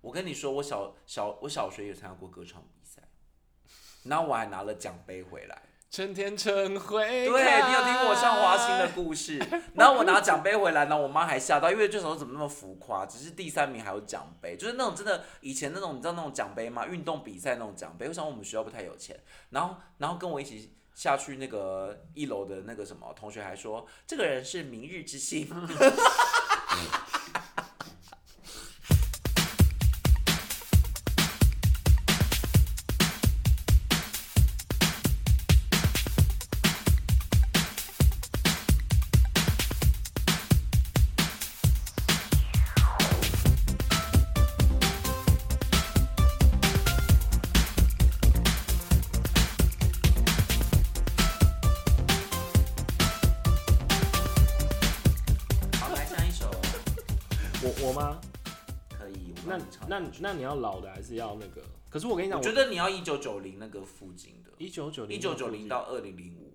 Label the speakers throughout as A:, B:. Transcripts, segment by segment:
A: 我跟你说，我小小我小学也参加过歌唱比赛，然后我还拿了奖杯回来。
B: 春天春会
A: 对你有听过我唱华
B: 兴
A: 星的故事？然后我拿奖杯回来，然后我妈还吓到，因为这时候怎么那么浮夸？只是第三名还有奖杯，就是那种真的以前那种你知道那种奖杯吗？运动比赛那种奖杯。我想我们学校不太有钱，然后然后跟我一起下去那个一楼的那个什么同学还说，这个人是明日之星。好，来下一首，
B: 我我吗？
A: 可以。我
B: 那
A: 帮你唱一
B: 那
A: 首
B: 那你要老的还是要那个？可是我跟你讲，
A: 我觉得你要一九九零那个附近的，
B: 一九九零
A: 一九九零，到二零零五。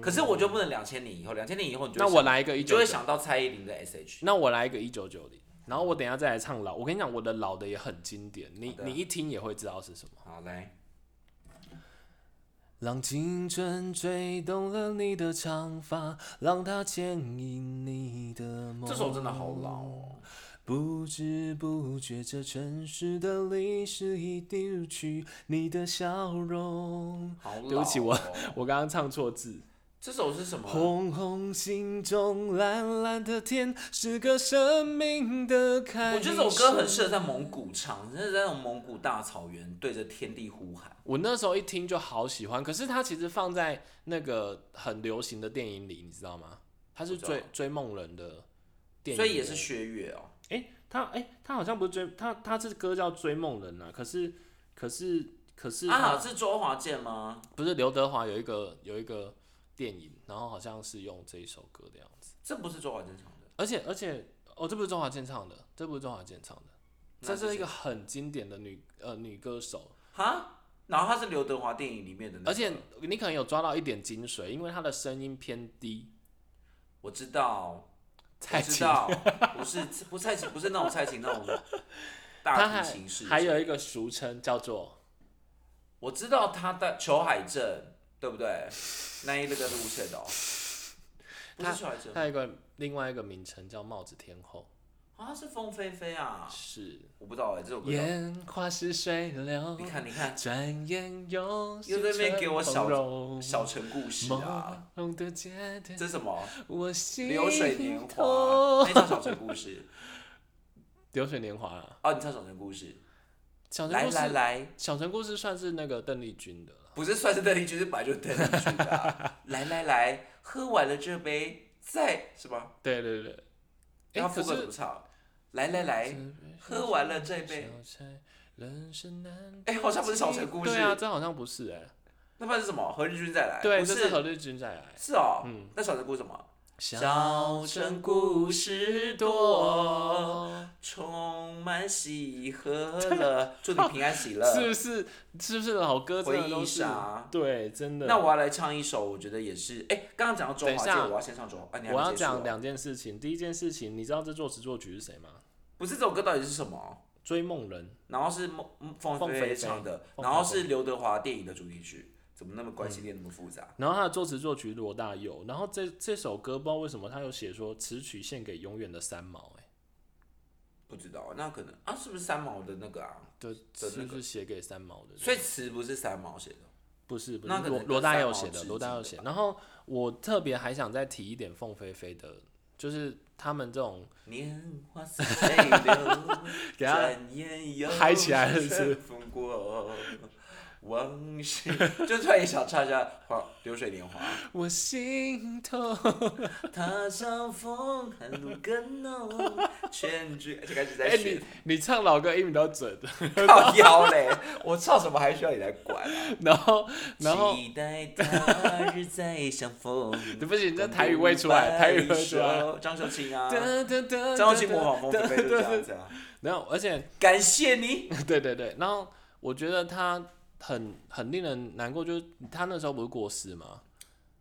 A: 可是我就不能两千年以后，两千年以后你就
B: 那
A: 会
B: 我
A: 想
B: 来一个一
A: 你就
B: 九
A: 会，想到蔡依林的 S H。
B: 那我来一个一九九零，然后我等一下再来唱老。我跟你讲，我的老的也很经典，你
A: 好的
B: 你一听也会知道是什么。
A: 好，来，
B: 让青春吹动了你的长发，让它牵引你的梦。
A: 这首真的好老哦。
B: 不知不觉，这城市的历史已丢去你的笑容。
A: 好老、哦。
B: 对不起我我刚刚唱错字。
A: 这首是什么？
B: 红红心中蓝蓝的天，是个生命的开
A: 我
B: 始。
A: 觉得这首歌很适合在蒙古唱，真的在那种蒙古大草原对着天地呼喊。
B: 我那时候一听就好喜欢，可是它其实放在那个很流行的电影里，你知道吗？它是
A: 我知道
B: 追追梦人的电影，
A: 所以也是薛岳哦。
B: 哎、他哎、他好像不是追他，他这歌叫《追梦人》啊。可是可是可是
A: 啊，
B: 他
A: 是周华健吗？
B: 不是刘德华有一个有一个电影，然后好像是用这一首歌的样子。
A: 这不是周华健唱的，
B: 而且而且哦，这不是中华健唱的，这不是中华健唱的，这
A: 那是
B: 是一
A: 谁
B: 个很经典的女呃女歌手，
A: 哈。然后他是刘德华电影里面的、那个
B: 而且你可能有抓到一点精髓，因为她的声音偏低。
A: 我知道，
B: 蔡
A: 我知
B: 琴，
A: 道，不是不蔡琴，不是那种蔡琴那种
B: 她
A: 大
B: 还
A: 提琴式。
B: 还有一个俗称叫做
A: 我知道他的裘海正，对不对？那一那个路线 的、哦，不是
B: 他
A: 裘海正
B: 还有一个另外一个名称叫帽子天后，
A: 啊，是凤飞飞啊，
B: 是
A: 我不知道哎、这首歌叫。
B: 烟花似水流
A: 你，看，你看，
B: 转眼又
A: 又在那边给我小小
B: 小
A: 城故事啊，
B: 朦胧的街灯，
A: 这是什么？
B: 我心
A: 流水年华，
B: 头
A: 那唱小城故事
B: 流水年华啊，
A: 哦，你唱小城故事，
B: 小城
A: 来
B: 故事，
A: 来来，
B: 小城故事算是那个邓丽君的了。
A: 不是算是邓丽君，是本来就是邓丽君的 啊、来来来，喝完了这杯再是吧？
B: 对对对，
A: 然
B: 哎，
A: 后
B: 可
A: 副歌怎
B: 是
A: 么唱？来来来，喝完了这杯。
B: 小城人生难
A: 哎好像不是小城故事
B: 对啊，这好像不是哎，
A: 那不然是什么？何日君再来？
B: 对，
A: 不
B: 这
A: 是
B: 是何嗯日君再来。
A: 是哦，那小城故事什么？小城故事多，充满喜 和乐，祝你平安喜乐。
B: 是不是是不是老歌真的
A: 回
B: 都
A: 忆
B: 是
A: 杀？
B: 对，真的。
A: 那我要来唱一首，我觉得也是，哎，刚刚讲到周华健，
B: 等一下
A: 我要先唱周，哎，你还没
B: 我要
A: 结束哦
B: 讲，两件事情。第一件事情，你知道这作词作曲是谁吗？
A: 不是这首歌到底是什么？
B: 《追梦人》
A: 然后是孟嗯凤
B: 凤飞飞
A: 飞唱的，
B: 凤飞飞嗯
A: 然后是刘德华电影的主题曲，怎么那么关系链那么复杂？
B: 然后他的作词作曲罗大佑，然后这这首歌不知道为什么他有写说此曲献给永远的三毛、哎，
A: 不知道，那可能啊，是不是三毛的那个啊？
B: 对，
A: 那个
B: 是不是写给三毛的？
A: 所以词不是三毛写的。
B: 不是不
A: 那
B: 是
A: 可能
B: 罗
A: 跟
B: 罗大佑
A: 三毛
B: 写
A: 致
B: 的，
A: 敬
B: 罗大佑
A: 的
B: 写。然后我特别还想再提一点凤飞飞的，就是他们这 种
A: 年华似水流，
B: 给他
A: 转眼又
B: 嗨起来了是不是
A: 春风过，往事就突然也想唱一下《花流水年华》。
B: 我心 头
A: 踏上风寒露更浓，全剧就开始
B: 哎、
A: 在学
B: 你你唱老歌音比较准，
A: 靠腰嘞，我唱什么还需要你来管啊？
B: 然后然后
A: 期待他日再相逢。
B: 对不起，你这台语未出来，台语未出来。，
A: 张秀清啊，
B: 哒哒哒
A: 张秀清模仿风飞飞就是这样子啊。
B: 然后而且
A: 感谢你。
B: 对对对，然后我觉得他很很令人难过，就是他那时候不是过世吗？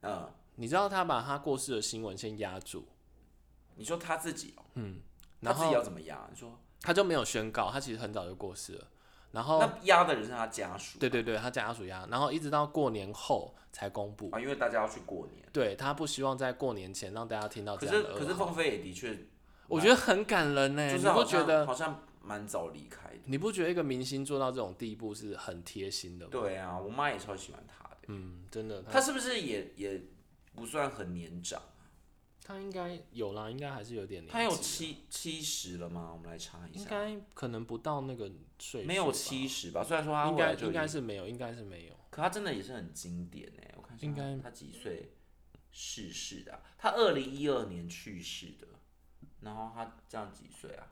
A: 嗯，
B: 你知道他把他过世的新闻先压住，
A: 你说他自己哦，
B: 嗯，
A: 他
B: 然
A: 自己要
B: 后
A: 怎么压？你说
B: 他就没有宣告，他其实很早就过世了。然后，
A: 那压的人是他家属
B: 哦对对对，他家属压，然后一直到过年后才公布。
A: 啊，因为大家要去过年。
B: 对他不希望在过年前让大家听到这
A: 可
B: 样
A: 是
B: 的噩
A: 可是
B: 耗
A: 凤飞也的确，
B: 我觉得很感人呢、
A: 就是
B: 哎你
A: 好
B: 不觉
A: 像
B: 得？
A: 好像蛮早离开的。
B: 你不觉得一个明星做到这种地步是很贴心的吗？
A: 对啊，我妈也超喜欢他的。
B: 嗯，真的，他
A: 他是不是也也不算很年长？
B: 他应该有啦，应该还是有点年纪。啊
A: 他有，七七十了吗？我们来查一
B: 应
A: 下。
B: 该可能不到那个岁数吧，
A: 没有七十吧？虽然说他
B: 应
A: 后
B: 该
A: 来就
B: 应该
A: 已经，
B: 是没有，应该是没有。
A: 可他真的也是很经典哎、我看一下
B: 应该
A: 他几岁逝世的啊、他二零一二年去世的，然后他这样几岁啊？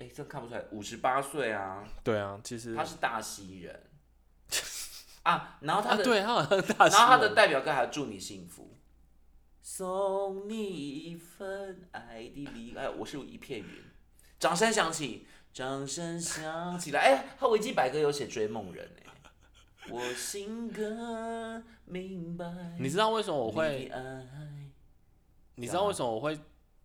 A: 哎、这看不出来，五十八岁啊，
B: 对啊，其实
A: 他是大溪人 啊。然后他
B: 啊，
A: 的
B: 对他好像
A: 然
B: 大
A: 后他
B: 新
A: 的
B: 闻
A: 代表歌还有《祝你幸福》，送你一份爱的礼，哎，我是一片云，掌声响起，掌声响起来，哎，他维基百科有写追梦人哎，我心更明白
B: 你知道为什么我
A: 你
B: 会
A: 的爱，
B: 你
A: 啊
B: 知道为什么我会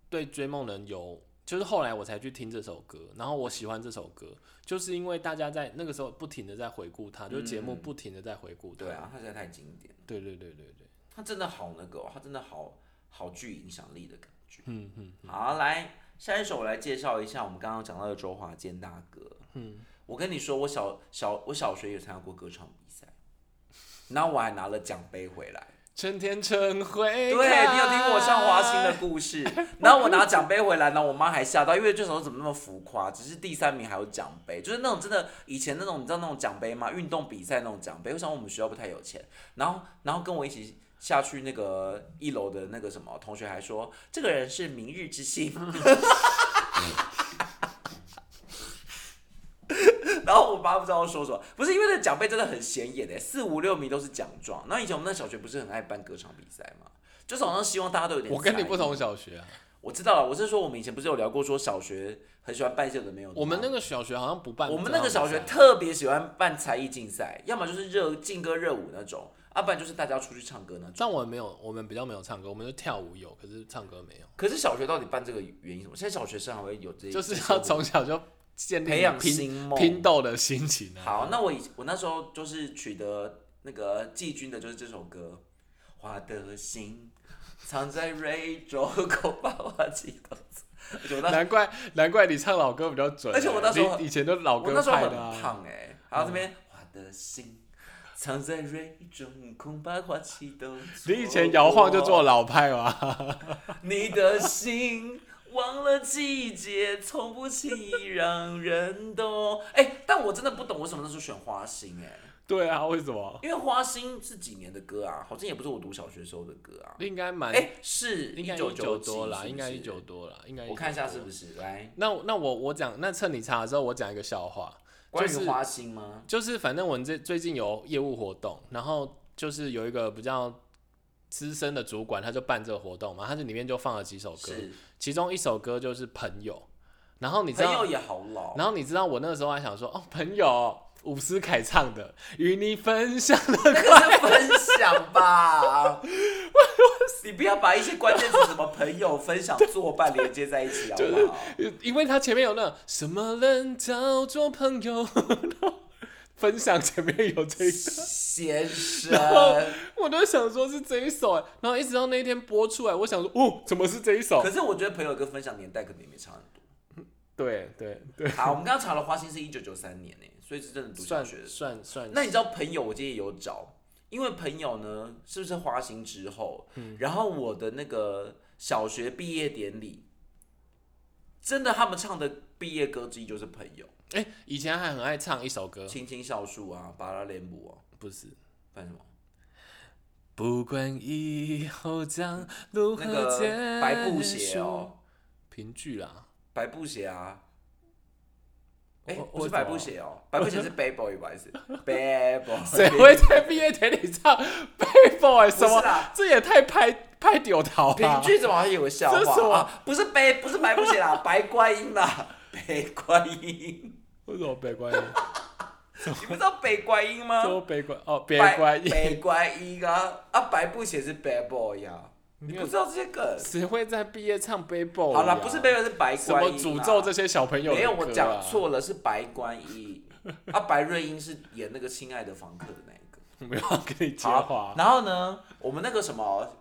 B: 对《追梦人》有，就是后来我才去听这首歌，然后我喜欢这首歌，就是因为大家在那个时候不停的在回顾它，就是节目不停的在回顾它。
A: 嗯对啊，他实在太经典了，
B: 对对对对 对，
A: 他真的好那个、哦，他真的好好具影响力的感觉。
B: 嗯嗯，
A: 好，来下一首，我来介绍一下我们刚刚讲到的周华健大哥。嗯，我跟你说，我小小我小学也参加过歌唱比赛，然后我还拿了奖杯回来。
B: 春天春回，
A: 对你有听过我唱华星的？故事？然后我拿奖杯回来，然后我妈还吓到，因为这时候怎么那么浮夸？只是第三名还有奖杯，就是那种真的以前那种你知道那种奖杯吗？运动比赛那种奖杯。我想我们学校不太有钱，然后然后跟我一起下去那个一楼的那个什么同学还说，这个人是明日之星。 然后我爸不知道说什么，不是因为那奖杯真的很显眼诶，欸四五六名都是奖状。然后以前我们那小学不是很爱办歌唱比赛吗？就是好像希望大家都有点。
B: 我跟你不同，小学啊，
A: 我知道了。我是说我们以前不是有聊过，说小学很喜欢办一些有的没有的吗。
B: 我们那个小学好像不办。
A: 我们那个小学，特别喜欢办才艺竞赛，要么就是热劲歌热舞那种，要、不然就是大家出去唱歌那种。
B: 但我们没有，我们比较没有唱歌，我们就跳舞有，可是唱歌没有，
A: 可是小学到底办这个原因是什么？现在小学生还会有这
B: 就
A: 这
B: 是
A: 些
B: 要
A: 活动
B: 从小就建立
A: 培养
B: 拼
A: 心梦。
B: 拼斗的心情啊。
A: 好，那我以我那时候就是取得那个季军的，就是这首歌《花的心》，藏在蕊中，口把花寄口子。而且我那
B: 难怪难怪你唱老歌比较准欸、
A: 而且我那时候
B: 你以前都是老
A: 我
B: 歌
A: 那时候
B: 派
A: 很
B: 的、啊。嗯
A: 胖哎、然后这边《花的心》，藏在蕊中，恐怕花期都。
B: 你以前摇晃就做。老 派嘛？
A: 你的心忘了季节，从不轻易让人懂。哎、但我真的不懂为什么那时候选花心哎、
B: 对啊，为什么？
A: 因为花心是几年的歌啊？好像也不是我读小学时候的歌啊。
B: 应该蛮、
A: 哎、是
B: 应该
A: 九
B: 九
A: 几
B: 多
A: 是
B: 啦，
A: 不
B: 应该
A: 是
B: 一九多啦，应该。
A: 我看一下是不。是来
B: 那我那我我讲，那趁你查的时候，我讲一个笑话，
A: 关
B: 就是
A: 于花心吗？
B: 就是反正我们这最近有业务活动，然后就是有一个比较资深的主管，他就办这个活动嘛，他这里面就放了几首歌，
A: 是
B: 其中一首歌就是《朋友》，然后你知
A: 朋
B: 道
A: 友也好老，
B: 然后你知道我那个时候还想说，哦，朋友，伍思凯唱的《与你分享的
A: 那个是分享 吧。你不要把一些关键词什么朋友、分享、作伴连接在一起好不好？》，
B: 因为他前面有那种什么人叫做朋友， 然后分享前面有这一首，
A: 先生，
B: 我都想说是这一首，哎然后一直到那一天播出来，我想说，哦，怎么是这一首
A: 可？是我觉得朋友跟分享年代可能也没差很多。
B: 对对对，
A: 好，我们刚刚查了花心是一九九三年呢，所以是真的读小
B: 算
A: 学的
B: 算算，
A: 那你知道朋友，我今天也有找，因为朋友呢，是不是花心之后，
B: 嗯
A: 然后我的那个小学毕业典礼，真的他们唱的毕业歌之一就是朋友，
B: 哎、以前还很爱唱一首歌，
A: 青青校树啊，巴拉莲舞啊，
B: 不是。
A: 办什么？
B: 不管以后将如何
A: 那个白布
B: 结
A: 鞋
B: 束
A: 哦，
B: 评剧啦，
A: 白布鞋啊。哎、
B: 我
A: 不
B: 我
A: 是
B: 怎么
A: 白布鞋哦，白布鞋 是 bad boy 吧？还是 bad boy？
B: 谁会在毕业典礼 唱 Payboy？、什么
A: 不是啦？
B: 这也太拍拍丢桃啊
A: 平
B: 了。
A: 剧怎么好像有个笑
B: 这是什么
A: 话啊？不是白，不是白布鞋 啦，白观音啦，白观音。
B: 为什么 北观音？
A: 你不知道北观音吗？
B: 说北观哦，北
A: 啊白
B: 观音。
A: 北观音啊啊！白布鞋是 bad boy 呀、你
B: 没
A: 不
B: 有
A: 知道这些梗？
B: 谁会在毕业唱 b a b o
A: 好啦，不是贝贝是白
B: 啊什
A: 观
B: 么
A: 音啦。啊
B: 诅咒这些小朋友的
A: 没有，
B: 歌啊
A: 我讲错了，是白观音。啊，白瑞英是演那个《亲爱的房客》的那一个。
B: 我 没有要跟你接
A: 好
B: 话，。
A: 然后呢，我们那个什么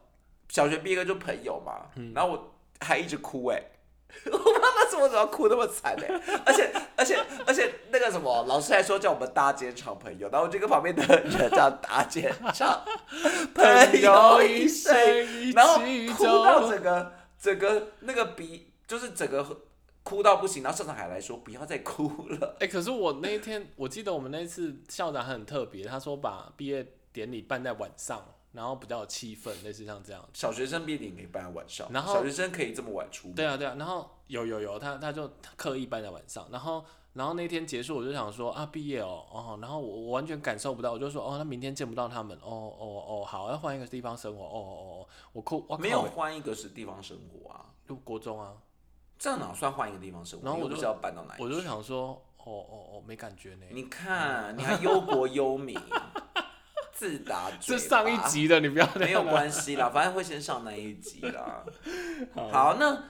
A: 小学毕业就朋友嘛，
B: 嗯
A: 然后我还一直哭哎、 我不知道那时候怎么哭那么惨哎、而且而且而且那个什么老师还说叫我们搭肩唱朋友，然后我就跟旁边的人这样搭肩唱 朋友一生，
B: 一
A: 然后哭到整个整个那个鼻就是整个哭到不行，然后校长还来说不要再哭了，
B: 哎、可是我那一天，我记得我们那一次校长很特别，他说把毕业典礼办在晚上，然后比较有气氛，类似像这样。
A: 小学生毕业典礼可以办在晚上，
B: 然后
A: 小学生可以这么晚出门。
B: 对啊，对啊。然后有有有，他他就刻意办在晚上，然后然后那天结束，我就想说啊，毕业哦哦，然后我我完全感受不到，我就说哦，那明天见不到他们，哦哦哦，好，要换一个地方生活，哦哦哦，我哭，我靠
A: 没有，换一个是地方生活啊，
B: 就国中啊，
A: 这
B: 这
A: 样哪算换一个地方生活？
B: 然后
A: 你
B: 我
A: 又不
B: 就是
A: 要搬到哪里？
B: 我就想说，哦哦哦，没感觉呢。
A: 你看，你还忧国忧 民，自打嘴
B: 这
A: 巴
B: 上一集的，你不要那
A: 没有
B: 样啊
A: 关系啦，反正会先上那一集啦。
B: 好
A: 好，那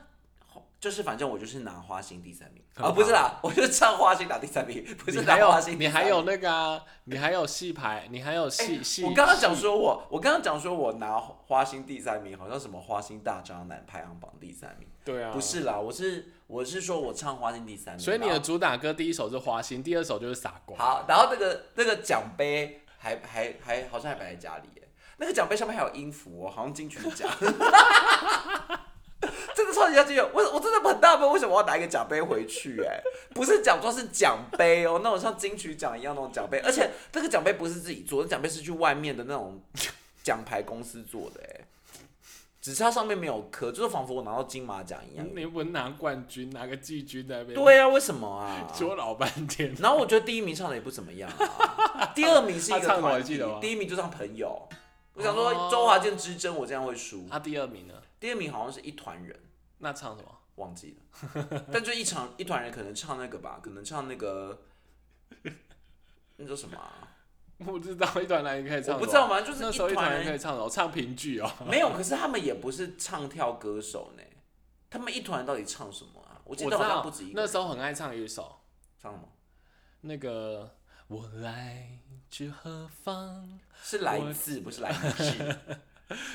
A: 就是反正我就是拿花心第三名啊，不是啦，我就唱花心拿第三名， 不是
B: 你
A: 拿
B: 还有
A: 花心第
B: 你
A: 三
B: 还
A: 名
B: 有那个啊，你还有 戏牌，你还有戏戏、
A: 哎我刚刚讲说我，我刚刚讲说我拿花心第三名，好像什么花心大渣男排行榜第三名，
B: 对啊，
A: 不，是啦，我是我是说我唱花心第三名，
B: 所以你
A: 然
B: 的
A: 后
B: 主打歌第一首是花心，第二首就是傻瓜。
A: 好，然后那个那个奖杯还还还好像还摆在家里耶，那个奖杯上面还有音符哦，好像金曲奖。 真的超级像金曲，我我真的很纳闷，为什么我要拿一个奖杯回去、哎，不是奖状，是奖杯哦，那种像金曲奖一样那种奖杯，而且这个奖杯不是自己做，那奖杯是去外面的那种奖牌公司做的、哎，只是它上面没有刻，就是仿佛我拿到金马奖一样。
B: 你不是拿冠军，拿个季军在那边
A: 对啊，为什么 啊？
B: 说老半天，
A: 然后我觉得第一名唱的也不怎么样、啊，第二名是一
B: 他
A: 个
B: 唱的我
A: 团
B: 还记
A: 体
B: 得吗，
A: 第一名就唱朋友。我想说
B: 哦
A: 周华健之争，我这样会输。
B: 他、啊第二名呢？
A: 第二名好像是一团人，
B: 那唱什么？
A: 忘记了，但就一场一团人可能唱那个吧，可能唱那个那叫什么啊、
B: 我不知道一团男人可以唱什么，
A: 我
B: 啊
A: 不知道嘛就是
B: 那时候一团
A: 一团人
B: 人可以唱什么？唱评剧哦，
A: 没有，可是他们也不是唱跳歌手呢，他们一团人到底唱什么啊？我记
B: 知
A: 得好像不
B: 道
A: 止一个
B: 那
A: 人
B: 时候很爱唱一首
A: 唱什么，
B: 那个我来去何方，
A: 是来
B: 我
A: 自不是来自，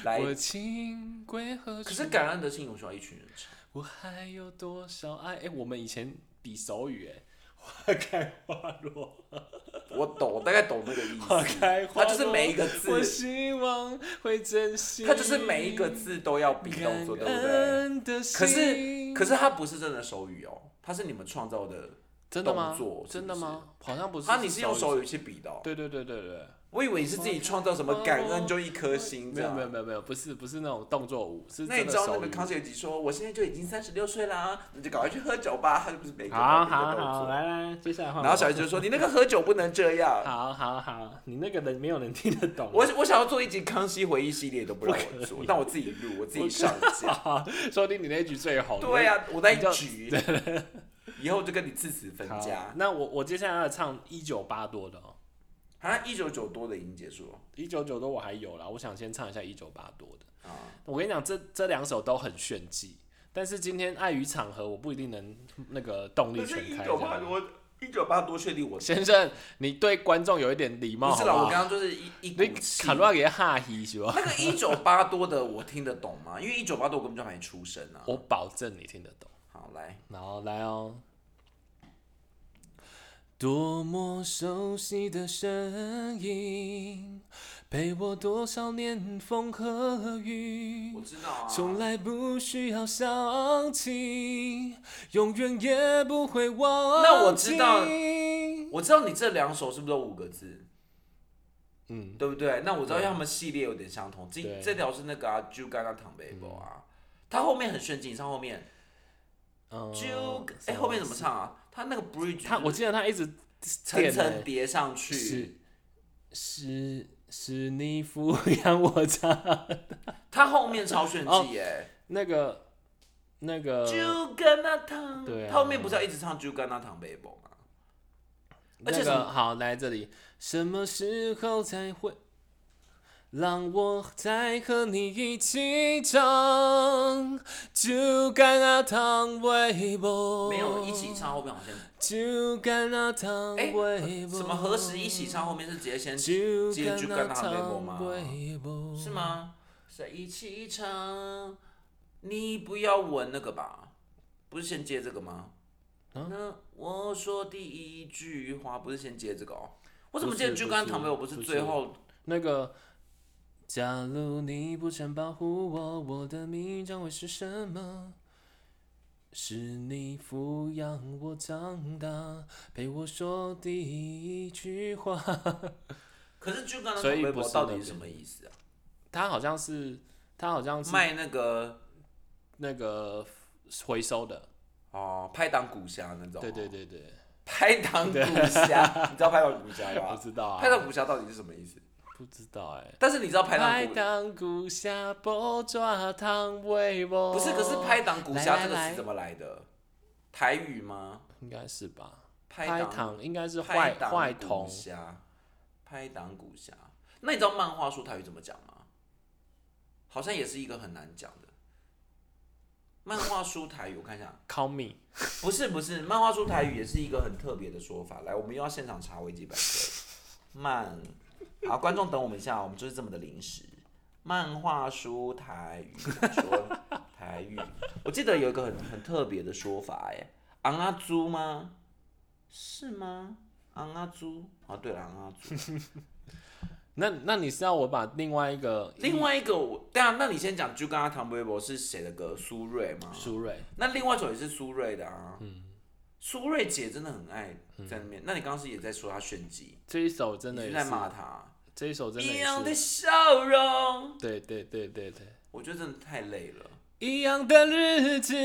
A: 来
B: 我。情归何处？
A: 可是感恩的心，我喜欢一群人唱。
B: 我还有多少爱？哎、我们以前比手语、 哎，花开花落，
A: 我懂，我大概懂那个意
B: 花
A: 思。
B: 开花落，哦
A: 它就是每一个字
B: 我希望会珍惜。
A: 他就是每一个字都要比动作，对不对？
B: 感恩的心
A: 可
B: 呃
A: 是可是他不是真的手语哦，他是你们创造的。
B: 真的吗
A: 动作是不？是
B: 真的吗？好像不是。
A: 他你是用
B: 语？
A: 手语去比的、哦，
B: 对对对对对。
A: 我以为你是自己创造什么感恩就一颗心
B: 没
A: 这
B: 有
A: 样
B: 没。有没有没有，不是不是那种动作舞，是
A: 啊那你
B: 真的
A: 知道那
B: 手
A: 个
B: 语。
A: 康熙吉说，我现在就已经三十六岁啦，你就赶快去喝酒吧。他就不是每个每个动作。
B: 来来，接下来换
A: 然后小姨就说：“你那个喝酒不能这样。
B: 好好好，你那个人没有人听得懂啊
A: 我我想要做一集康熙回忆系列，都不让我做，但我自己录，我自己上架。
B: 说不定你那局最红。
A: 对啊呀、我那
B: 比较
A: 一 局，以后就跟你至死分
B: 好，
A: 家。
B: 那我我接下来要唱一九八多的哦，
A: 好啊像一九九多的已经结束了
B: 一九九多我还有啦，我想先唱一下一九八多的。
A: 啊，
B: 我跟你讲，这这两首都很炫技，但是今天碍于场合，我不一定能那个动力
A: 可是，
B: 全
A: 一
B: 开这
A: 九八
B: 样。
A: 多，一九八多确定我
B: 先生，你对观众有一点礼貌
A: 不是
B: 好
A: 啦，我
B: 好？
A: 刚刚就是一一股
B: 你
A: 气
B: 卡。洛给他哈哦嘿是吧？
A: 那个一九八多的我听得懂吗？因为一九八多我根本就还没出生啊。
B: 我保证你听得懂。
A: 好来，
B: 然后来哦。多么熟悉的声音，陪我多少年风和雨
A: 我。知道啊。
B: 从来不需要想起，永远也不会忘记。
A: 那我知道我知道你这两首是不是都五个字？
B: 嗯，
A: 对不对？那我知道他们系列有点相同。这
B: 对
A: 这条是那个啊，就刚刚躺背包啊，它后面很炫技，你上后面
B: 嗯，
A: 就哎后面怎么唱啊？它那个 bridge
B: 他，我
A: 就是
B: 记得他一直
A: 层
B: 点呢
A: 层叠上去
B: 是。是是你抚养我长
A: 他后面超炫
B: 哦
A: 技耶、
B: 那个那个
A: 就跟那糖，
B: 哦对啊
A: 他后面不是要一直唱就跟那糖 baby 吗？而且什
B: 那个
A: 么
B: 好来这里，什么时候才会？让我再和你一起唱，就该那趟微博。
A: 没有一起唱后面好像
B: 就该那趟
A: 哎
B: 微博。
A: 什么何时一起唱后面是直接先
B: 就
A: 接
B: 该
A: 就
B: 那
A: 跟他微博
B: 趟
A: 吗？
B: 微博。
A: 是？吗？在一起唱，你不要吻那个吧？不是先接这个吗？
B: 啊
A: 那我说第一句话不是先接这个哦？我怎么
B: 不
A: 记得
B: 是
A: 就
B: 不
A: 跟
B: 是
A: 唐薇，我不是
B: 不
A: 最
B: 是
A: 后
B: 那个。假如你不曾保护我，我的命运将会是什么？是你抚养我长大，陪我说第一句话。
A: 可是就刚刚
B: 所以
A: 微
B: 不
A: 博
B: 是
A: 到底
B: 那
A: 是
B: 边
A: 什么意思啊？
B: 他好像是，他好像是
A: 卖那个
B: 那个回收的，
A: 哦，拍档古侠那种、
B: 对对，对对，
A: 拍档古侠，你知道拍档古侠
B: 不
A: 吧？
B: 知道啊，
A: 拍档古侠到底是什么意思？
B: 不知道哎、
A: 但是你知道拍档
B: 拍
A: 古
B: 档古侠包抓汤微博，
A: 不是？可是拍档古侠
B: 来来
A: 这个
B: 来
A: 词怎么来的？台语吗？
B: 应该是吧？
A: 拍
B: 拍
A: 档
B: 档应该是
A: 拍
B: 坏
A: 档
B: 坏
A: 古
B: 童，
A: 侠，拍档古侠。那你知道漫画书台语怎么讲吗？好像也是一个很难讲的。漫画书台语，我看一下，啊
B: call me，
A: 不是不是，漫画书台语也是一个很特别的说法。来，我们又要现场查维基百科。漫，好，观众等我们一下，我们就是这么的临时。漫画书台语说台语，我记得有一个很很特别的说法，哎，昂阿猪吗？是吗？昂阿猪啊，对了，昂阿猪。
B: 那那你是要我把另外一个
A: 另外一个我，对啊，那你先讲《就跟他唐伯伯》是谁的歌？苏芮吗？
B: 苏芮
A: 那另外一首也是苏芮的啊。
B: 嗯
A: 苏芮姐真的很爱在那边。那你刚刚是也在说她炫技，
B: 这一首真
A: 你
B: 的
A: 是不
B: 嗯也
A: 是在
B: 是，
A: 骂她。
B: 这一首真的
A: 一
B: 也
A: 样的
B: 是，
A: 笑容，
B: 对对对对对。
A: 我觉得真的太累 了。
B: 一样的日子，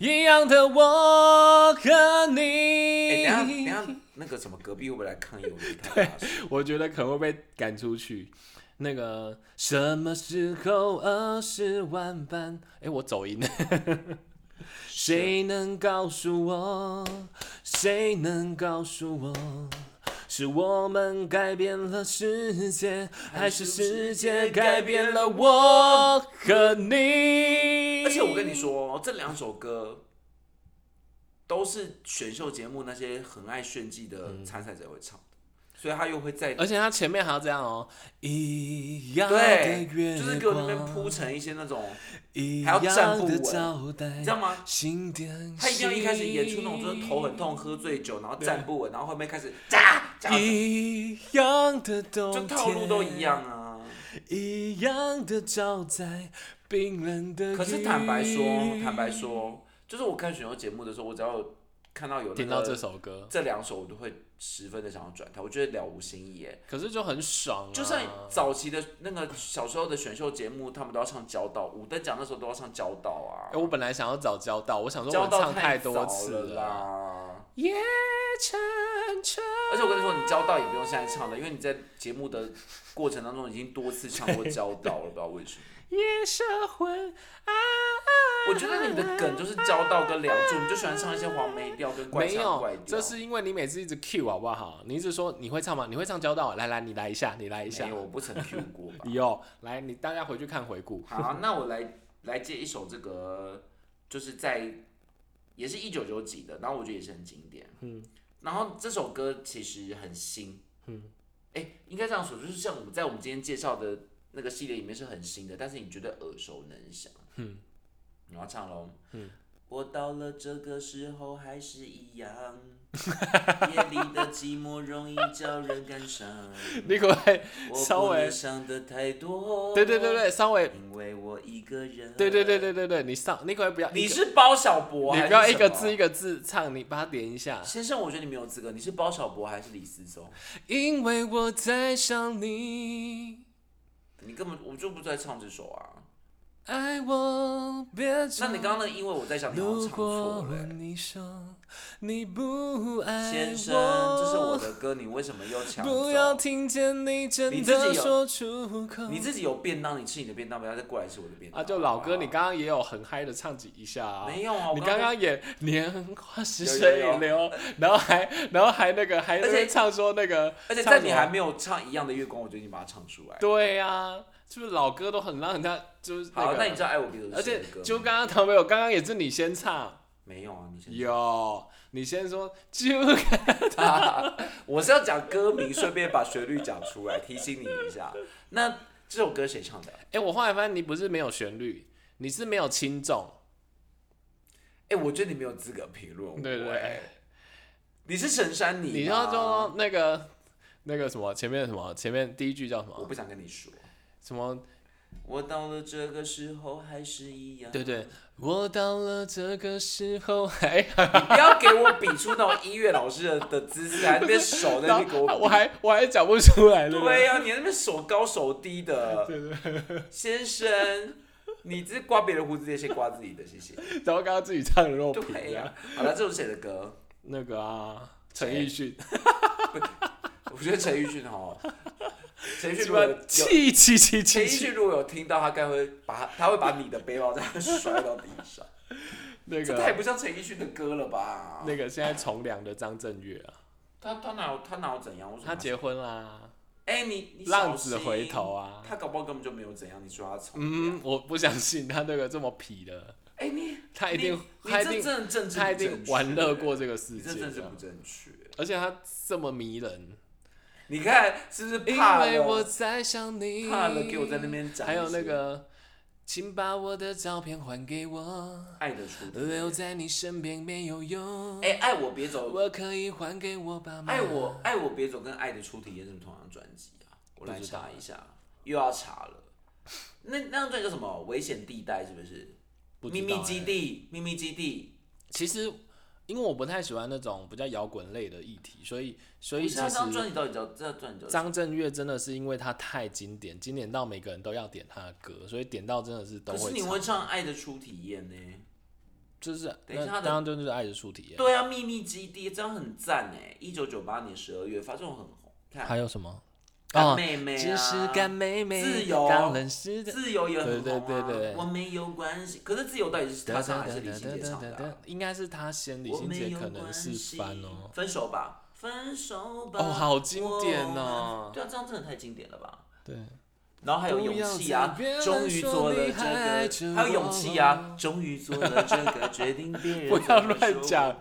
B: 一样的我和你。
A: 哎、等一下等一下，那个什么隔壁会不会来抗议我们太大 声？
B: 我觉得可能会被赶出去。那个什么时候二十万般？哎、我走音。谁能告诉我？谁能告诉我？是我们改变了世界，还是世界改变了我和你？
A: 而且我跟你，说，这两首歌都是选秀节目那些很爱炫技的参赛者会唱的，所以他又会再
B: 嗯而且他前面还要这样哦，一样的
A: 对，
B: 月光，
A: 就是给我那边铺成一些那种，
B: 一
A: 还要站不
B: 样的
A: 稳
B: 招待，
A: 你知道吗？
B: 心电
A: 他一定要一开始演出那种就是头很痛、喝醉酒，然后站不稳，然后后面开始炸炸，
B: 一样的冬
A: 就
B: 天，
A: 套路都一，样啊。
B: 一样的照在冰冷的。
A: 可是坦白说，坦白，说，就是我看选秀节目的时候，我只要有看到有、那个、
B: 听到这首歌，
A: 这两首，我都会十分的想要转台，我觉得了无新意耶。
B: 可是就很爽、啊，
A: 就像早期的那个小时候的选秀节目，他们都要唱交道，五等奖那时候都要唱交道啊
B: 哎、，我本来想要找交道，我想说
A: 交
B: 我
A: 道
B: 唱太
A: 早
B: 多次
A: 了啦。
B: 夜沉沉，
A: 而且我跟你说，你交道也不用现在唱了，因为你在节目的过程当中已经多次唱过交道了，不知道为什么。
B: 夜啊色昏暗。
A: 我觉得你的梗就是交道跟梁祝，你就喜欢唱一些黄梅调跟怪
B: 没
A: 腔怪
B: 有，
A: 调。
B: 这是因为你每次一直 Q 好不好？你一直说你会唱吗？你会唱交道？来来，你来一下，你来一下
A: 没。有，我不曾 Q 过吧？
B: 有，来，你大家回去看 回 顾。
A: 好，那我来来接一首这个，就是在也是一九九几的，然后我觉得也是很经典。嗯，然后这首歌其实很新。嗯，哎，应该这样说，就是像我们在我们今天介绍的那个系列里面是很新的，但是你觉得耳熟能详。嗯，你要唱喽。嗯，我到了这个时候还是一样， 夜里的寂寞容易叫人感 伤。
B: 你可不可以
A: 我
B: 稍
A: 不能
B: 微？
A: 想的太多。
B: 对对对。对，稍微，
A: 因为我一个人。
B: 对对对，对对对，你上，你可不可以不要一个？
A: 你是包小博
B: 你
A: 还是
B: 不要一个
A: 什么
B: 字一。个字唱，你把它点一下。
A: 先生，我觉得你没有资格。你是包小博还是李思松？
B: 因为我在想你，
A: 你根本我就不在唱这首啊。
B: 爱我别走。
A: 那你刚刚那个因为我在想，你好像
B: 如
A: 唱错
B: 果
A: 了欸、
B: 你说你不爱我。
A: 先生，这是我的歌，你为什么又抢走？
B: 不要听见你真的说出口。
A: 你自己有便当，你吃你的便当，不要再过来吃我的便当。
B: 啊，就老
A: 好
B: 哥，
A: 不好
B: 你刚刚也有很嗨的唱几一下啊。
A: 没有啊？我
B: 你
A: 刚
B: 刚
A: 刚
B: 刚也年华是
A: 有有
B: 谁
A: 有
B: 流，然后还然后还那个还
A: 而且
B: 在唱说那个，
A: 而且
B: 唱
A: 在
B: 什
A: 你
B: 么
A: 还没有唱一样的月光，我就已经把它唱出来了。
B: 对呀、啊，是不是老歌都很让人家就是
A: 好，
B: 个？
A: 那你知道爱我比如
B: 而且
A: 的歌吗
B: 就刚刚唐没有，刚刚也是你先唱，
A: 没有啊？你先
B: 有你先说就
A: 我是要讲歌名，顺便把旋律讲出来，提醒你一下。那这首歌谁唱的？
B: 哎、我后来发现你不是没有旋律，你是没有轻重，
A: 哎、我觉得你没有资格评论我。
B: 对对
A: 哎
B: 对，
A: 你是陈珊妮吗，
B: 你要说那个那个什么前面什么前面第一句叫什
A: 我
B: 么
A: 不想跟你说。
B: 什么？
A: 我到了这个时候还是一样。
B: 对对，我到了这个时候还
A: 你不要给我比出那种音乐老师的的姿势，还在那边手在那
B: 然
A: 边给
B: 后 啊
A: 我
B: 我
A: 比。
B: 还我还讲不出来对不
A: 对呀、你在那边手高手低的，
B: 对对对，
A: 先生，你这刮别人胡子也先刮自己的，谢谢。
B: 然后刚刚自己唱的肉皮
A: 对呀、
B: 啊，
A: 好了，这是谁的歌？
B: 那个啊，陈
A: 谁
B: 奕迅，
A: 我觉得陈奕迅哦，陈奕 迅
B: 什
A: 如果
B: 么
A: 有有
B: 气气气
A: 陈
B: 气
A: 奕
B: 气，
A: 迅如果有听到，他该会把他他会把你的背包这样摔到地 上，
B: 那
A: 这太
B: 个
A: 不像陈奕迅的歌了吧？
B: 那个现在从良的张震岳啊，
A: 他他哪有他哪有怎样？为什么
B: 他
A: 要
B: 结婚啦、
A: 哎、啊你你
B: 浪
A: 小
B: 子
A: 心
B: 回头啊
A: 他搞不好根本就没有怎样，你说他从良？
B: 嗯，我不相信他那个这么痞的，
A: 哎、你
B: 他一
A: 你
B: 定
A: 你
B: 他一
A: 这
B: 定
A: 真的政治
B: 他一
A: 不
B: 定
A: 正确
B: 玩乐过这个
A: 你
B: 世
A: 这
B: 界
A: 政
B: 这
A: 治不
B: 样，
A: 正确。
B: 而且他这么迷人，
A: 你看是不是
B: 因
A: 哎怕
B: 为我
A: 了？
B: 在想你，
A: 怕了给我在那边讲
B: 还有
A: 一
B: 那
A: 些
B: 个，请把我的照片还给我，
A: 爱的出
B: 留在你身边没有用，
A: 哎、爱我别走，
B: 我可以还给我爸妈，
A: 爱我爱我别走跟爱的初体验是不是同张专辑啊？我来
B: 不知道
A: 查一下，又要查了。那那张专辑叫什么？危险地带是不是？
B: 不知
A: 秘
B: 道
A: 密基
B: 欸
A: 地，秘密基地。
B: 其实因为我不太喜欢那种比较摇滚类的议题，所以所
A: 不
B: 以
A: 是
B: 其
A: 那张
B: 实
A: 专辑到底叫这张专辑叫什么？
B: 张震岳真的是因为他太经典，经典到每个人都要点他的歌，所以点到真的是都
A: 可是
B: 会
A: 你
B: 唱。
A: 会唱《爱的初体验》呢？
B: 就是
A: 等一下
B: 那
A: 他的
B: 当然就是爱的初体验。
A: 对啊，秘密基地这张很赞哎，一九九八年十二月发这种很红。
B: 还
A: 看，
B: 有什么？
A: 干
B: 哦
A: 妹妹啊，
B: 只是干妹妹，
A: 自由
B: 刚认识的。
A: 自由也很红啊。
B: 对对对对
A: 我没有关系。可是自由到底是他唱还是李心洁唱的啊？
B: 应该是他先，李
A: 我
B: 心
A: 没
B: 洁
A: 有
B: 可能
A: 关
B: 是
A: 系
B: 翻哦。
A: 分手吧，分手吧。
B: 哦，好经典
A: 我们
B: 哦。
A: 对啊，这样真的太经典了吧？
B: 对，
A: 然后还有勇气啊
B: 不要，再
A: 终于做了这
B: 说你还爱着
A: 个，
B: 我
A: 还有勇气啊，终于做了这个决定，别人
B: 不要
A: 怎么说
B: 乱讲。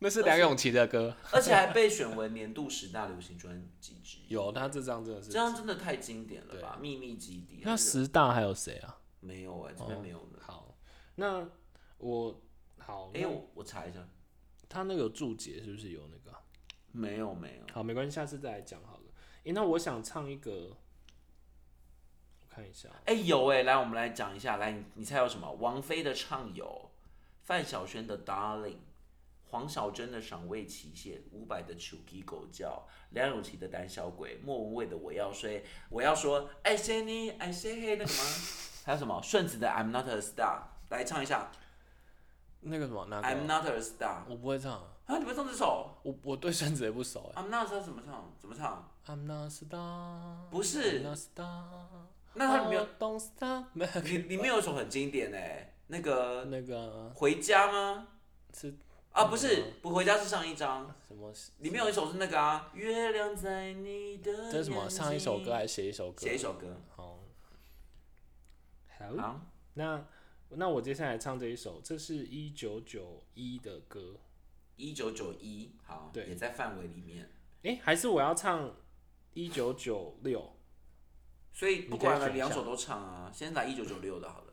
B: 那是梁咏琪的歌。
A: 而且还被选为年度十大流行专辑之一。
B: 有，他这张真的是
A: 这。样真的太经典了吧？秘密基地啊，这
B: 那哦
A: 个
B: 十大还有谁啊？
A: 没有哎，这边没有呢。
B: 好，那我好，
A: 哎，我我查一下，
B: 他那个有注解是不是有那个啊？
A: 没有没有。
B: 好，没关系，下次再来讲好了。诶，那我想唱一个，我看一下，啊
A: 哎、有哎、来我们来讲一下，来你你猜有什么？王菲的《畅游》，范晓萱的《Darling》，黄小珍的《赏味期限》，伍佰的《求鸡狗叫》，梁咏琪的《胆小鬼》，莫文蔚的《我要睡》，我要说爱谁你爱谁嘿那个吗？ 还有什么？顺子的《I'm Not a Star》，来唱一下
B: 那个什么，那
A: 《I'm
B: 个啊
A: Not a Star》
B: 我不会唱啊，
A: 啊！你们唱这首
B: 我我对孙子也不熟
A: 《I'm Not a Star》怎么唱？怎么唱？
B: 哎。I'm not a star，
A: 不是
B: I'm not a star，
A: 那他里面有
B: don't stop，没有
A: 里里面有一首很经典哎、那个
B: 那个啊
A: 回家吗？
B: 是
A: 啊，不是，不回家是上一张。
B: 什么？
A: 里面有一首是那个啊，月亮在你的眼睛。
B: 这是什么？啊唱一首歌还是写一首歌？
A: 写一首歌。
B: 好。好，
A: 好，
B: 那那我接下来唱这一首，这是一九九一的歌。
A: 一九九一，好，
B: 对
A: 也在范围里面，
B: 诶，还是我要唱一九九六。
A: 所以不管
B: 你
A: 了，
B: 可以选一下
A: 两首都唱啊。先来一九九六的好了。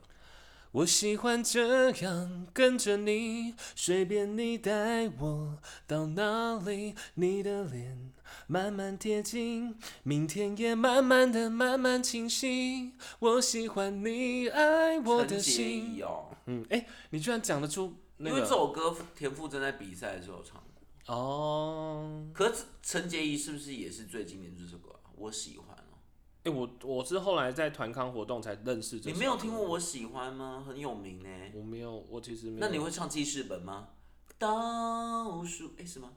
B: 我喜欢这样跟着你，随便你带我到哪里，你的脸慢慢贴近，明天也慢慢的慢慢清晰。我喜欢你爱我的
A: 陈洁仪
B: 心。
A: 哦，
B: 嗯，诶，你居然讲得出那
A: 因为这
B: 个
A: 首歌田馥甄在比赛的时候唱过，
B: 哦。
A: 可是陈洁仪是不是也是最经典的这首歌啊？我喜欢哦，
B: 诶，我我是后来在团康活动才认识这首歌。
A: 你没有听过我喜欢吗？很有名呢。
B: 我没有，我其实没有。
A: 那你会唱记事本吗？倒数，哎，是吗？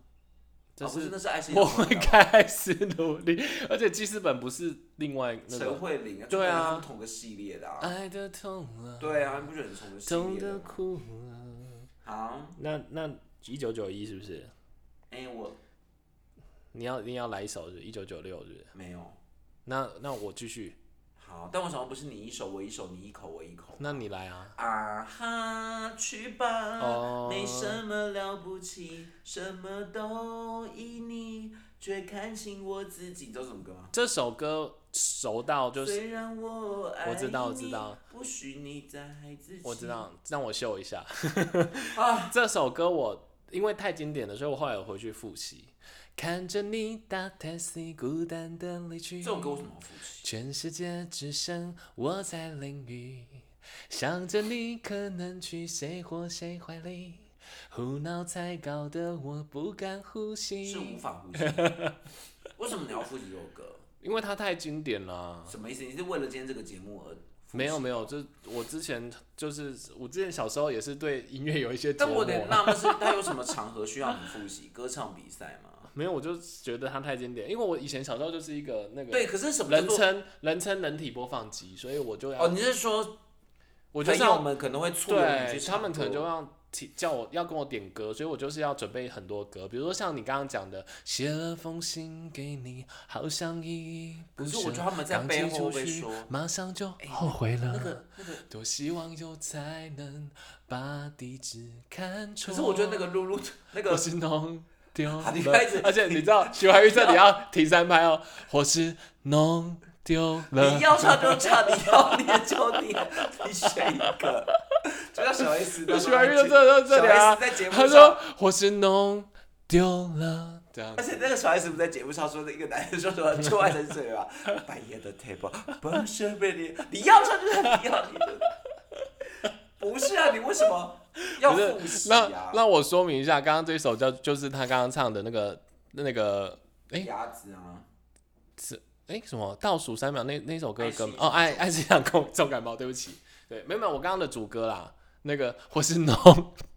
B: 这
A: 哦，不是，那是爱是一
B: 我
A: 场空
B: 会
A: 的吧
B: 开始努力，而且记事本不是另外那
A: 陈
B: 个
A: 慧琳啊，就
B: 对啊
A: 感觉他们同个系列的啊。
B: 爱的痛了，
A: 对啊，你不觉得很同个系
B: 痛
A: 列的
B: 的
A: 吗？
B: 哭了。
A: 好，
B: 那那一九九一是不是？
A: 哎，我
B: 你要你要来一首是一九九六是不是？
A: 没有。
B: 那那我继续，
A: 好，但为什么不是你一手我一手，你一口我一口？
B: 那你来啊。
A: 啊哈，去吧，
B: 哦
A: 没什么了不起，什么都依你，却看清我自己。你知道这首歌吗？
B: 这首歌熟到就是
A: 虽然我爱你，
B: 我知道我知道，
A: 不许你再爱自己。
B: 我知道，让我秀一下。
A: 啊，
B: 这首歌我因为太经典了，所以我后来有回去复习。看着你搭 taxi 孤单的离去，
A: 这首歌为什么要复习？
B: 全世界只剩我在淋雨，想着你可能去谁或谁怀里，胡闹才搞得我不敢呼
A: 是无
B: 吸。
A: 法呼吸。 为什么你要复习这首歌？
B: 因为它太经典了。
A: 什么意思？你是为了今天这个节目而复习
B: 没有？没有，这我之前就是我之前小时候也是对音乐有一些琢
A: 但我
B: 磨
A: 有，点纳闷，是它有什么场合需要你复习？歌唱比赛吗？
B: 没有我就觉得它太经典，因为我以前小时候就是一个那 个
A: 对，可是什么叫
B: 人
A: 做？
B: 称人称人体播放机，所以我就要、
A: 哦，你是说
B: 我就
A: 朋
B: 是
A: 友
B: 要
A: 们可能会促使你
B: 对
A: 去唱
B: 他们可能
A: 歌
B: 就要提叫我要跟我点歌，所以我就是要准备很多歌，比如说像你刚刚讲的，写了封信给你，好像依依不
A: 可是
B: 舍。
A: 我觉得他们在
B: 刚
A: 背
B: 寄
A: 后
B: 出
A: 会
B: 去
A: 说哎
B: 马上就后悔了。
A: 那个那个，
B: 多希望有才能把地址看出。
A: 可是我觉得那个露露 那
B: 我
A: 个。
B: 是弄丢了
A: 你开始
B: 而且你知道徐怀钰这里要停三拍 哦，我是弄丢了。
A: 你要唱就唱，你要念就念，你选一个。就像小 S 的，
B: 徐怀钰就这这这里啊
A: 小 S 在节目
B: 他
A: 上
B: 说我是弄丢了，这样
A: 而且那个小 S 不在节目上说的一个男人说什么“旧爱沉水”吧，半夜的 table 不是被你，你要上就是你要你的，不是啊，你为什么要
B: 不
A: 复
B: 是
A: 习
B: 那
A: 啊？
B: 那我说明一下，刚刚这首叫就是他刚刚唱的那个那个那
A: 鸭子啊，
B: 哎、什么倒数三秒那那首歌
A: 爱
B: 歌
A: 是一
B: 哦
A: 种
B: 爱爱是一场空重感冒，对不起，对没有没有我刚刚的主歌啦，那个我是弄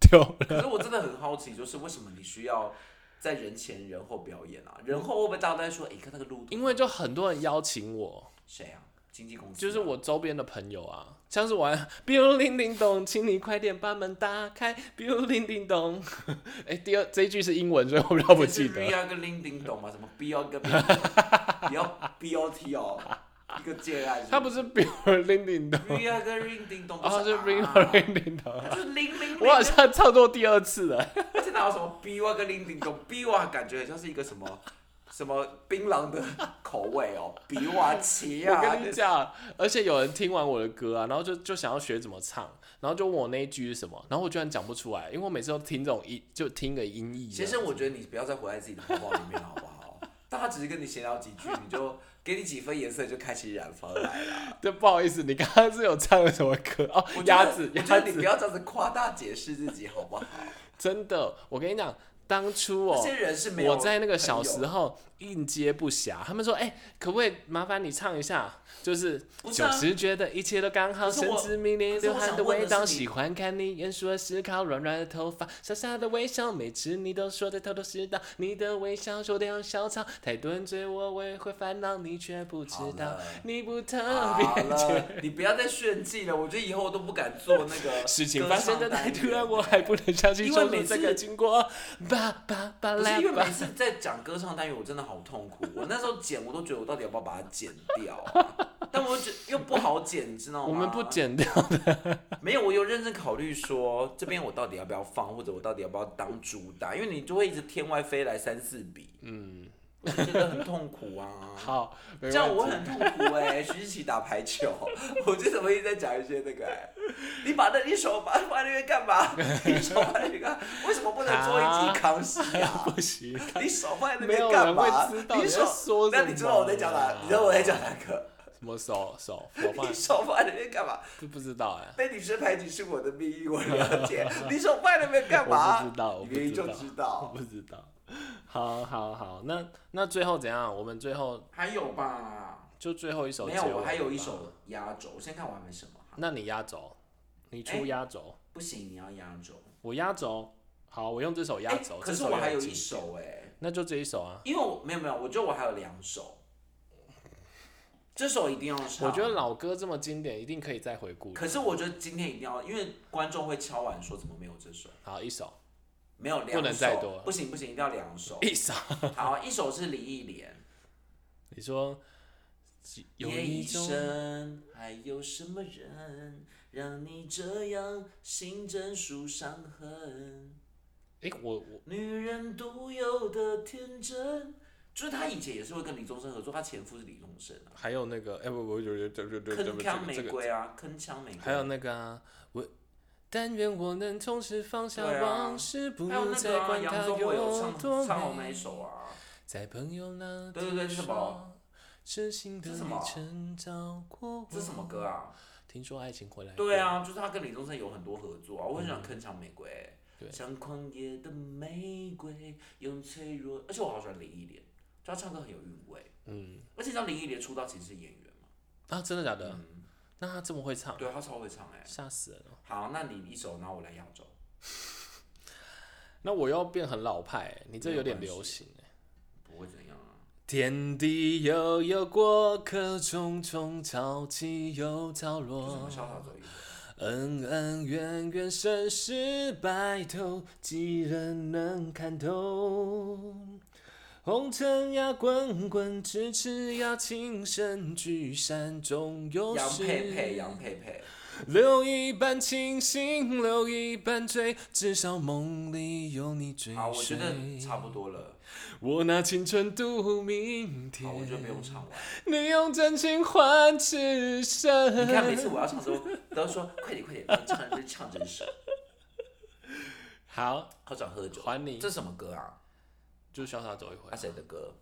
B: 丢了，
A: 可是我真的很好奇，就是为什么你需要在人前人后表演啊？人后会不会大家都在说，哎、看那个路，
B: 因为就很多人邀请我，
A: 谁啊？经纪公司吗
B: 就是我周边的朋友啊，像是玩 biu 零零咚，请你快点把门打开 biu 零零咚， 哎、第二这一句是英文，所以我比较不
A: 就是
B: 记得。
A: Ria 跟林丁懂吗？什么 B O 跟 B O，你要 B O T 哦，一个借案。
B: 他不是 biu 零零咚，
A: Ria 跟林丁懂，不
B: 哦，是 biu
A: 啊
B: 零零咚，
A: 就是零零零，
B: 我好像唱错第二次 了。
A: 这哪有什么 B 哇跟零零狗 B 哇，感觉像是一个什么 什么槟榔的口味哦，B 哇奇
B: 我
A: 啊，
B: 跟你讲，而且有人听完我的歌啊，然后就就想要学怎么唱，然后就问我那一句是什么，然后我居然讲不出来，因为我每次都听这种音，就听个音译
A: 先
B: 这样。
A: 生，我觉得你不要再活在自己的泡泡里面了，好不好？ 大家只是跟你闲聊几句，你就给你几分颜色，就开启染发来了。
B: 对，不好意思，你刚刚是有唱了什么歌哦？
A: 我觉
B: 鸭
A: 得
B: 子，
A: 我
B: 鸭
A: 觉得你不
B: 子，
A: 要这样子夸大解释自己，好不 好？
B: 真的，我跟你讲，当初
A: 这
B: 哦，
A: 些人是没有。
B: 我在那个小时，候应接不暇，他们说，哎、可不可以麻烦你唱一下？就是
A: 不是
B: 九
A: 啊
B: 十觉得一切都刚好，
A: 可是
B: 甚
A: 我
B: 至迷恋
A: 可是
B: 流
A: 我
B: 汗
A: 想
B: 的
A: 问
B: 味
A: 的是
B: 道，
A: 你
B: 喜欢看你眼熟的思考，软软的头发，傻傻的微笑，每次你都说的头头是道，你的微笑说的很小草，太多人追我，我也会烦恼，你却不知
A: 好
B: 道
A: 了，
B: 你不特
A: 好
B: 别
A: 了，你不要再炫技了。我觉得以后我都不敢做那个
B: 事情
A: 歌
B: 发
A: 唱
B: 生的
A: 单
B: 太突
A: 元
B: 然，我还不能相信
A: 因为
B: 说
A: 每
B: 出这
A: 次
B: 个经过。吧吧吧
A: 不是
B: 啦
A: 因为每
B: 吧，
A: 次在讲歌唱单元，我真的好痛苦。我那时候剪，我都觉得我到底要不要把它剪掉、啊，但我觉得又不好剪，你知道吗？
B: 我们不，剪掉，
A: 没有，我有认真考虑说，这边我到底要不要放，或者我到底要不要当主打，因为你就会一直天外飞来三四笔，
B: 嗯，
A: 我就觉得很痛苦啊。
B: 好，没
A: 这样我
B: 问题。
A: 很痛苦哎、徐志奇打排球，我就怎么一直在讲一些那个、欸，你把那一手把放在那边干嘛？你手放在那边干嘛，为什么不能做一集康熙啊？
B: 不行，
A: 你手放在 那
B: 没有
A: 边干
B: 人
A: 嘛？
B: 会知道
A: 你
B: 你在
A: 手
B: 说什
A: 那你知道我在讲哪
B: 么？
A: 你知道我在讲哪个？
B: 什么手手手放
A: 你手放在那边干嘛？
B: 不不知道哎，
A: 被女生排挤是我的命运，我了 解。你手放在那边干嘛？
B: 我不知道我
A: 你
B: 不
A: 明明
B: 知道
A: 就知
B: 我
A: 道。
B: 不知道。好好好，那那最后怎样？我们最后
A: 还有吧？
B: 就最后一首
A: 没有，
B: 结尾
A: 我还有一
B: 吧。
A: 首压轴，我先看我还没什么。
B: 那你压轴，你
A: 哎
B: 出压轴，
A: 不行，你要压轴。
B: 我压轴。好，我用这首压轴、
A: 哎可
B: 这
A: 是
B: 首
A: 我还
B: 也
A: 有
B: 很
A: 一
B: 经典，
A: 首哎、
B: 那就这一首啊。
A: 因为我没有没有，我觉得我还有两首，这首一定要唱。
B: 我觉得，老歌这么经典，一定可以再回顾的。
A: 可是我觉得今天一定要，因为观众会敲碗说怎么没有这首，
B: 好一首，
A: 没有两首，
B: 不能再多哎。
A: 不行不行，一定要两首
B: 一首。
A: 好，一首是李忆莲，
B: 你说有
A: 夜
B: 一
A: 已
B: 种
A: 深，还有什么人让你这样心针数伤痕？
B: 哎、我我
A: 女人独有的天真，就是他以前也是会跟李宗盛合作，他前夫是李宗盛啊，
B: 还有那个哎、我我有有有有有
A: 铿锵玫
B: 这个
A: 瑰啊，铿锵玫瑰，
B: 还有那个啊，我但愿我能从此放下
A: 对啊
B: 往事，不
A: 还有那
B: 再
A: 个啊
B: 管
A: 杨
B: 它
A: 宗纬有
B: 有
A: 唱
B: 多
A: 唱红那
B: 美
A: 一。首啊，
B: 在朋友那
A: 对对对
B: 里
A: 是什么
B: 说真心的
A: 这是什么啊
B: 旅程找过我。
A: 这是什么歌？啊？
B: 听说爱情回来。
A: 对，啊，就是他跟李宗盛有很多合作啊，我很喜欢铿锵玫瑰
B: 嗯对，
A: 像狂野的玫瑰，用脆弱，而且我好喜欢林忆莲，就她唱歌很有韵味，
B: 嗯
A: 而且你知道林忆莲出道其实是演员嘛，
B: 啊，真的假的？
A: 嗯，
B: 那他这么会唱，
A: 对她超会唱哎、
B: 吓死人哦了。
A: 好，那你一首，然后我来压轴，
B: 那我要变很老派、欸，你这
A: 没有
B: 有点
A: 关系
B: 流行、欸。
A: 不会怎样啊。
B: 天地悠悠，过客匆匆，潮起又潮
A: 就什
B: 落
A: 么。潇洒走一回，
B: 恩恩怨怨，盛世白头，几人能看透？红尘呀，滚滚，痴痴呀，情深聚散终有
A: 杨
B: 时。
A: 佩佩，杨佩佩，
B: 留一半清醒，留一半醉，至少梦里有你追随。
A: 好，我觉得差不多了，
B: 我拿青春赌明天。
A: 好，我觉得不用唱完。
B: 你用真情换此生。
A: 你看每次我要唱的时候，都说快点快点，唱就唱这首，
B: 好，
A: 好想喝酒。
B: 还你
A: 这什么歌啊？
B: 就潇洒走一回
A: 啊，。谁的歌？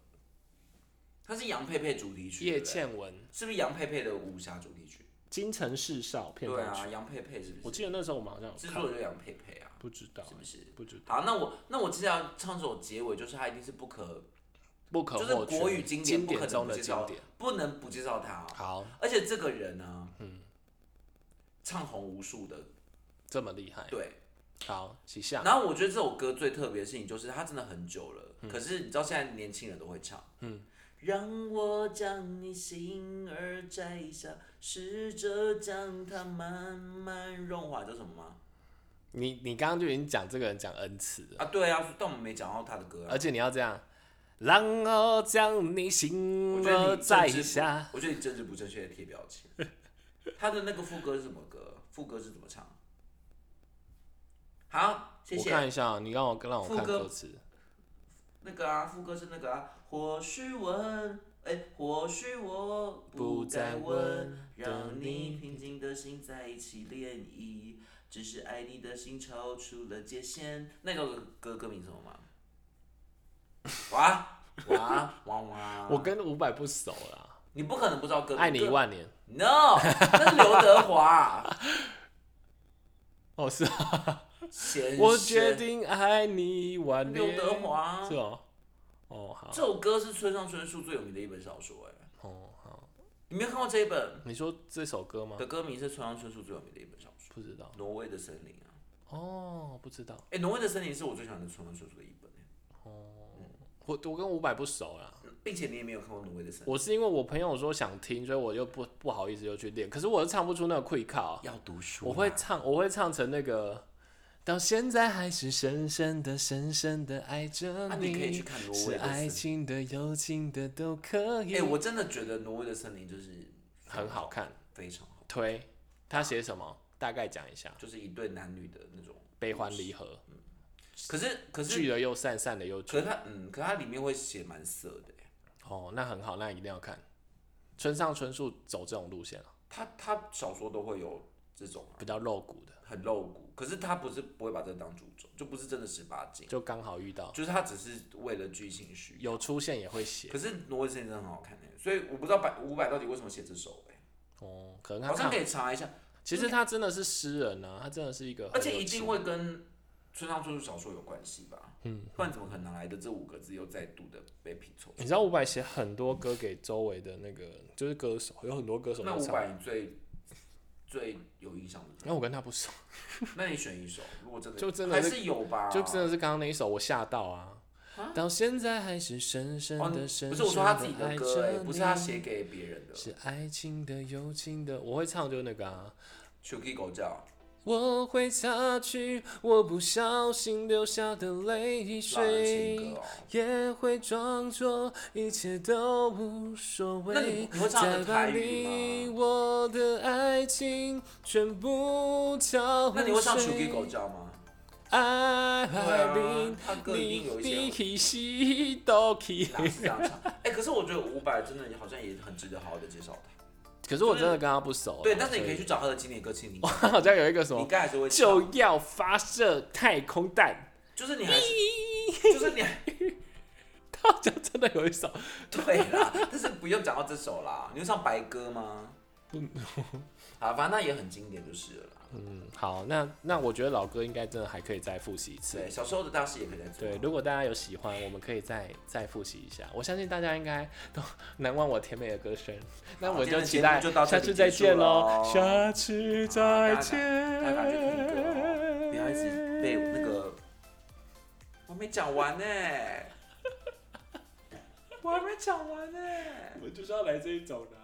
A: 它是杨佩佩主题曲，
B: 叶
A: 对不对
B: 倩文，
A: 是不是杨佩佩的武侠主题曲？
B: 京城世少片头
A: 对
B: 曲。
A: 啊，杨佩佩是不
B: 我
A: 是？
B: 记得那时候我们好像有
A: 制
B: 看
A: 作，人就杨佩佩啊，
B: 不知道
A: 是不是？
B: 不知道，
A: 好，那我那我接下来唱这首结尾，就是它一定是不可，
B: 不可
A: 就是
B: 或缺。
A: 国语经典不可
B: 典
A: 能
B: 中
A: 不
B: 的
A: 介
B: 经
A: 绍
B: 典。，
A: 不能不介绍它哦。
B: 好，
A: 而且这个人呢，嗯，唱红无数的，
B: 这么厉害。
A: 对，
B: 好，喜下。
A: 然后我觉得这首歌最特别的事情就是它真的很久了，可是你知道现在年轻人都会唱，
B: 嗯，
A: 让我将你心儿摘下，试着将它慢慢融化，叫什么吗？
B: 你你刚刚就已经讲这个人讲 n 次了，
A: 啊，对啊，但我们没讲到他的歌、啊
B: 而。且你要这样，然后将你
A: 我
B: 心
A: 觉得
B: 儿
A: 你
B: 呃摘
A: 政治不
B: 下。，
A: 我觉得你政治不正确的贴标签。他的那个副歌是什么歌？副歌是怎么唱？好，谢
B: 我
A: 谢。
B: 看一下，你让我让我
A: 副
B: 看
A: 歌
B: 歌词。
A: 那个啊，副歌是那个啊，或许问，哎、或许我不该问，让你平静的心在一起涟漪，只是爱你的心超出了界限。那个歌歌名什么吗？ 哇哇哇哇！
B: 我跟伍佰不熟啦，
A: 你不可能不知道歌
B: 《
A: 名，
B: 爱你一
A: 歌
B: 万年》
A: No，那是刘德华。
B: 哦，是啊，
A: 先
B: 我
A: 生
B: 决定爱你一万年。
A: 刘德华
B: 是哦，哦好
A: 这，首歌是村上春树最有名的一本小说、哎，
B: 哦好，
A: 你没有看过这一本？
B: 你说这首歌吗
A: 的？歌名是村上春树最有名的一本小说
B: 不知道
A: 《挪威的森林》啊。
B: 哦，不知道
A: 哎、挪威的森林》是我最喜欢的村上春树的一本、
B: 哦，我我跟伍佰不熟啦，
A: 并且你也没有看过《挪威的森林
B: 我是因为我朋友说想听，所以我又不不好意思又去练，可是我又唱不出那个 quick》，call，
A: 要读书啊、
B: 我会唱我会唱成那个。到现在还是深深的、深深的爱着
A: 那、啊你可以去看《挪
B: 是
A: 威的森
B: 爱
A: 林》。
B: 情的、友情的都可以。
A: 哎、我真的觉得《挪威的森林》就是
B: 很好看，
A: 非常好，
B: 推他写什么？大概讲一下，
A: 就是一对男女的那种。
B: 悲欢离合，
A: 可是可是
B: 聚了又散，散了又聚。
A: 可是它嗯，可是它里面会写蛮色的、哎
B: 哦，那很好，那一定要看。村上春树走这种路线了，
A: 他他小说都会有这种啊、
B: 比较露骨的，
A: 很露骨，可是他不是不会把这当主轴，就不是真的十八禁，
B: 就刚好遇到
A: 就是他只是为了剧情需要。
B: 有出现也会写。
A: 可是《挪威森林》真的很好看、哎，所以我不知道百伍佰到底为什么写这首、哎。
B: 哦，可能
A: 好
B: 他
A: 像
B: 唱
A: 可，以查一下，
B: 其实他真的是诗人啊，他真的是一个很有
A: 而
B: 趣，
A: 且一定会跟村上春树小说有关系吧？嗯，不然怎么可能哪来的这五个字又再度的被拼凑？
B: 你知道伍佰写很多歌给周围的那个，就是歌手，有很多歌手
A: 那
B: 在
A: 五
B: 唱。
A: 百你最最有印象的
B: 那我跟他不熟，
A: 那你选一首，如果真的
B: 就真的
A: 还
B: 是
A: 是有吧，
B: 就真的是刚刚那一首我吓到啊，到现在还是深深
A: 哦
B: 的深
A: 不
B: 深
A: 是我说他自己
B: 的
A: 的
B: 爱
A: 歌、
B: 着
A: 欸，
B: 你，
A: 不是他写给别人的。
B: 是爱情的友情的，我会唱就是那个啊。
A: 去给狗叫，
B: 我会擦去我不小心流下的泪
A: 浪人情
B: 水
A: 歌哦，
B: 也会装作一切都无所
A: 那你
B: 谓
A: 不你会，唱得
B: 再把
A: 台语吗
B: 你我的爱情全部敲
A: 哦那你会唱去给
B: 碎
A: 狗叫吗？ 对
B: 爱你
A: 啊他歌一定
B: 你
A: 有一些
B: 比起西都起。
A: 哪是这样唱？哎、可是我觉得伍佰真的好像也很值得好好的介绍他。
B: 可是我真的跟他不熟啊。
A: 对，但是你可以
B: 所
A: 去找他的经典歌曲，你
B: 他 好像有一个什
A: 你
B: 么
A: 应该还是会唱
B: 就要发射太空弹，
A: 就是你还是 就是你还
B: 他好像真的有一首，
A: 对啦，但是不用讲到这首啦。你会唱白鸽吗？ 好，反正那也很经典就是了啦。
B: 嗯，好，那那我觉得老歌应该真的还可以再复习一次。
A: 对，小时候的大师也可以再做。
B: 对，如果大家有喜欢，我们可以再再复习一下。我相信大家应该都难忘我甜美的歌声。那我
A: 今天的
B: 期
A: 节目
B: 待
A: 就到这
B: 下
A: 里
B: 次
A: 结
B: 再
A: 束
B: 见
A: 咯
B: 喽，下次再见
A: 大家赶快去听歌哦，不要一直被那个，我没讲完呢、 我还没讲完呢、
B: 我就是要来这一种的。啊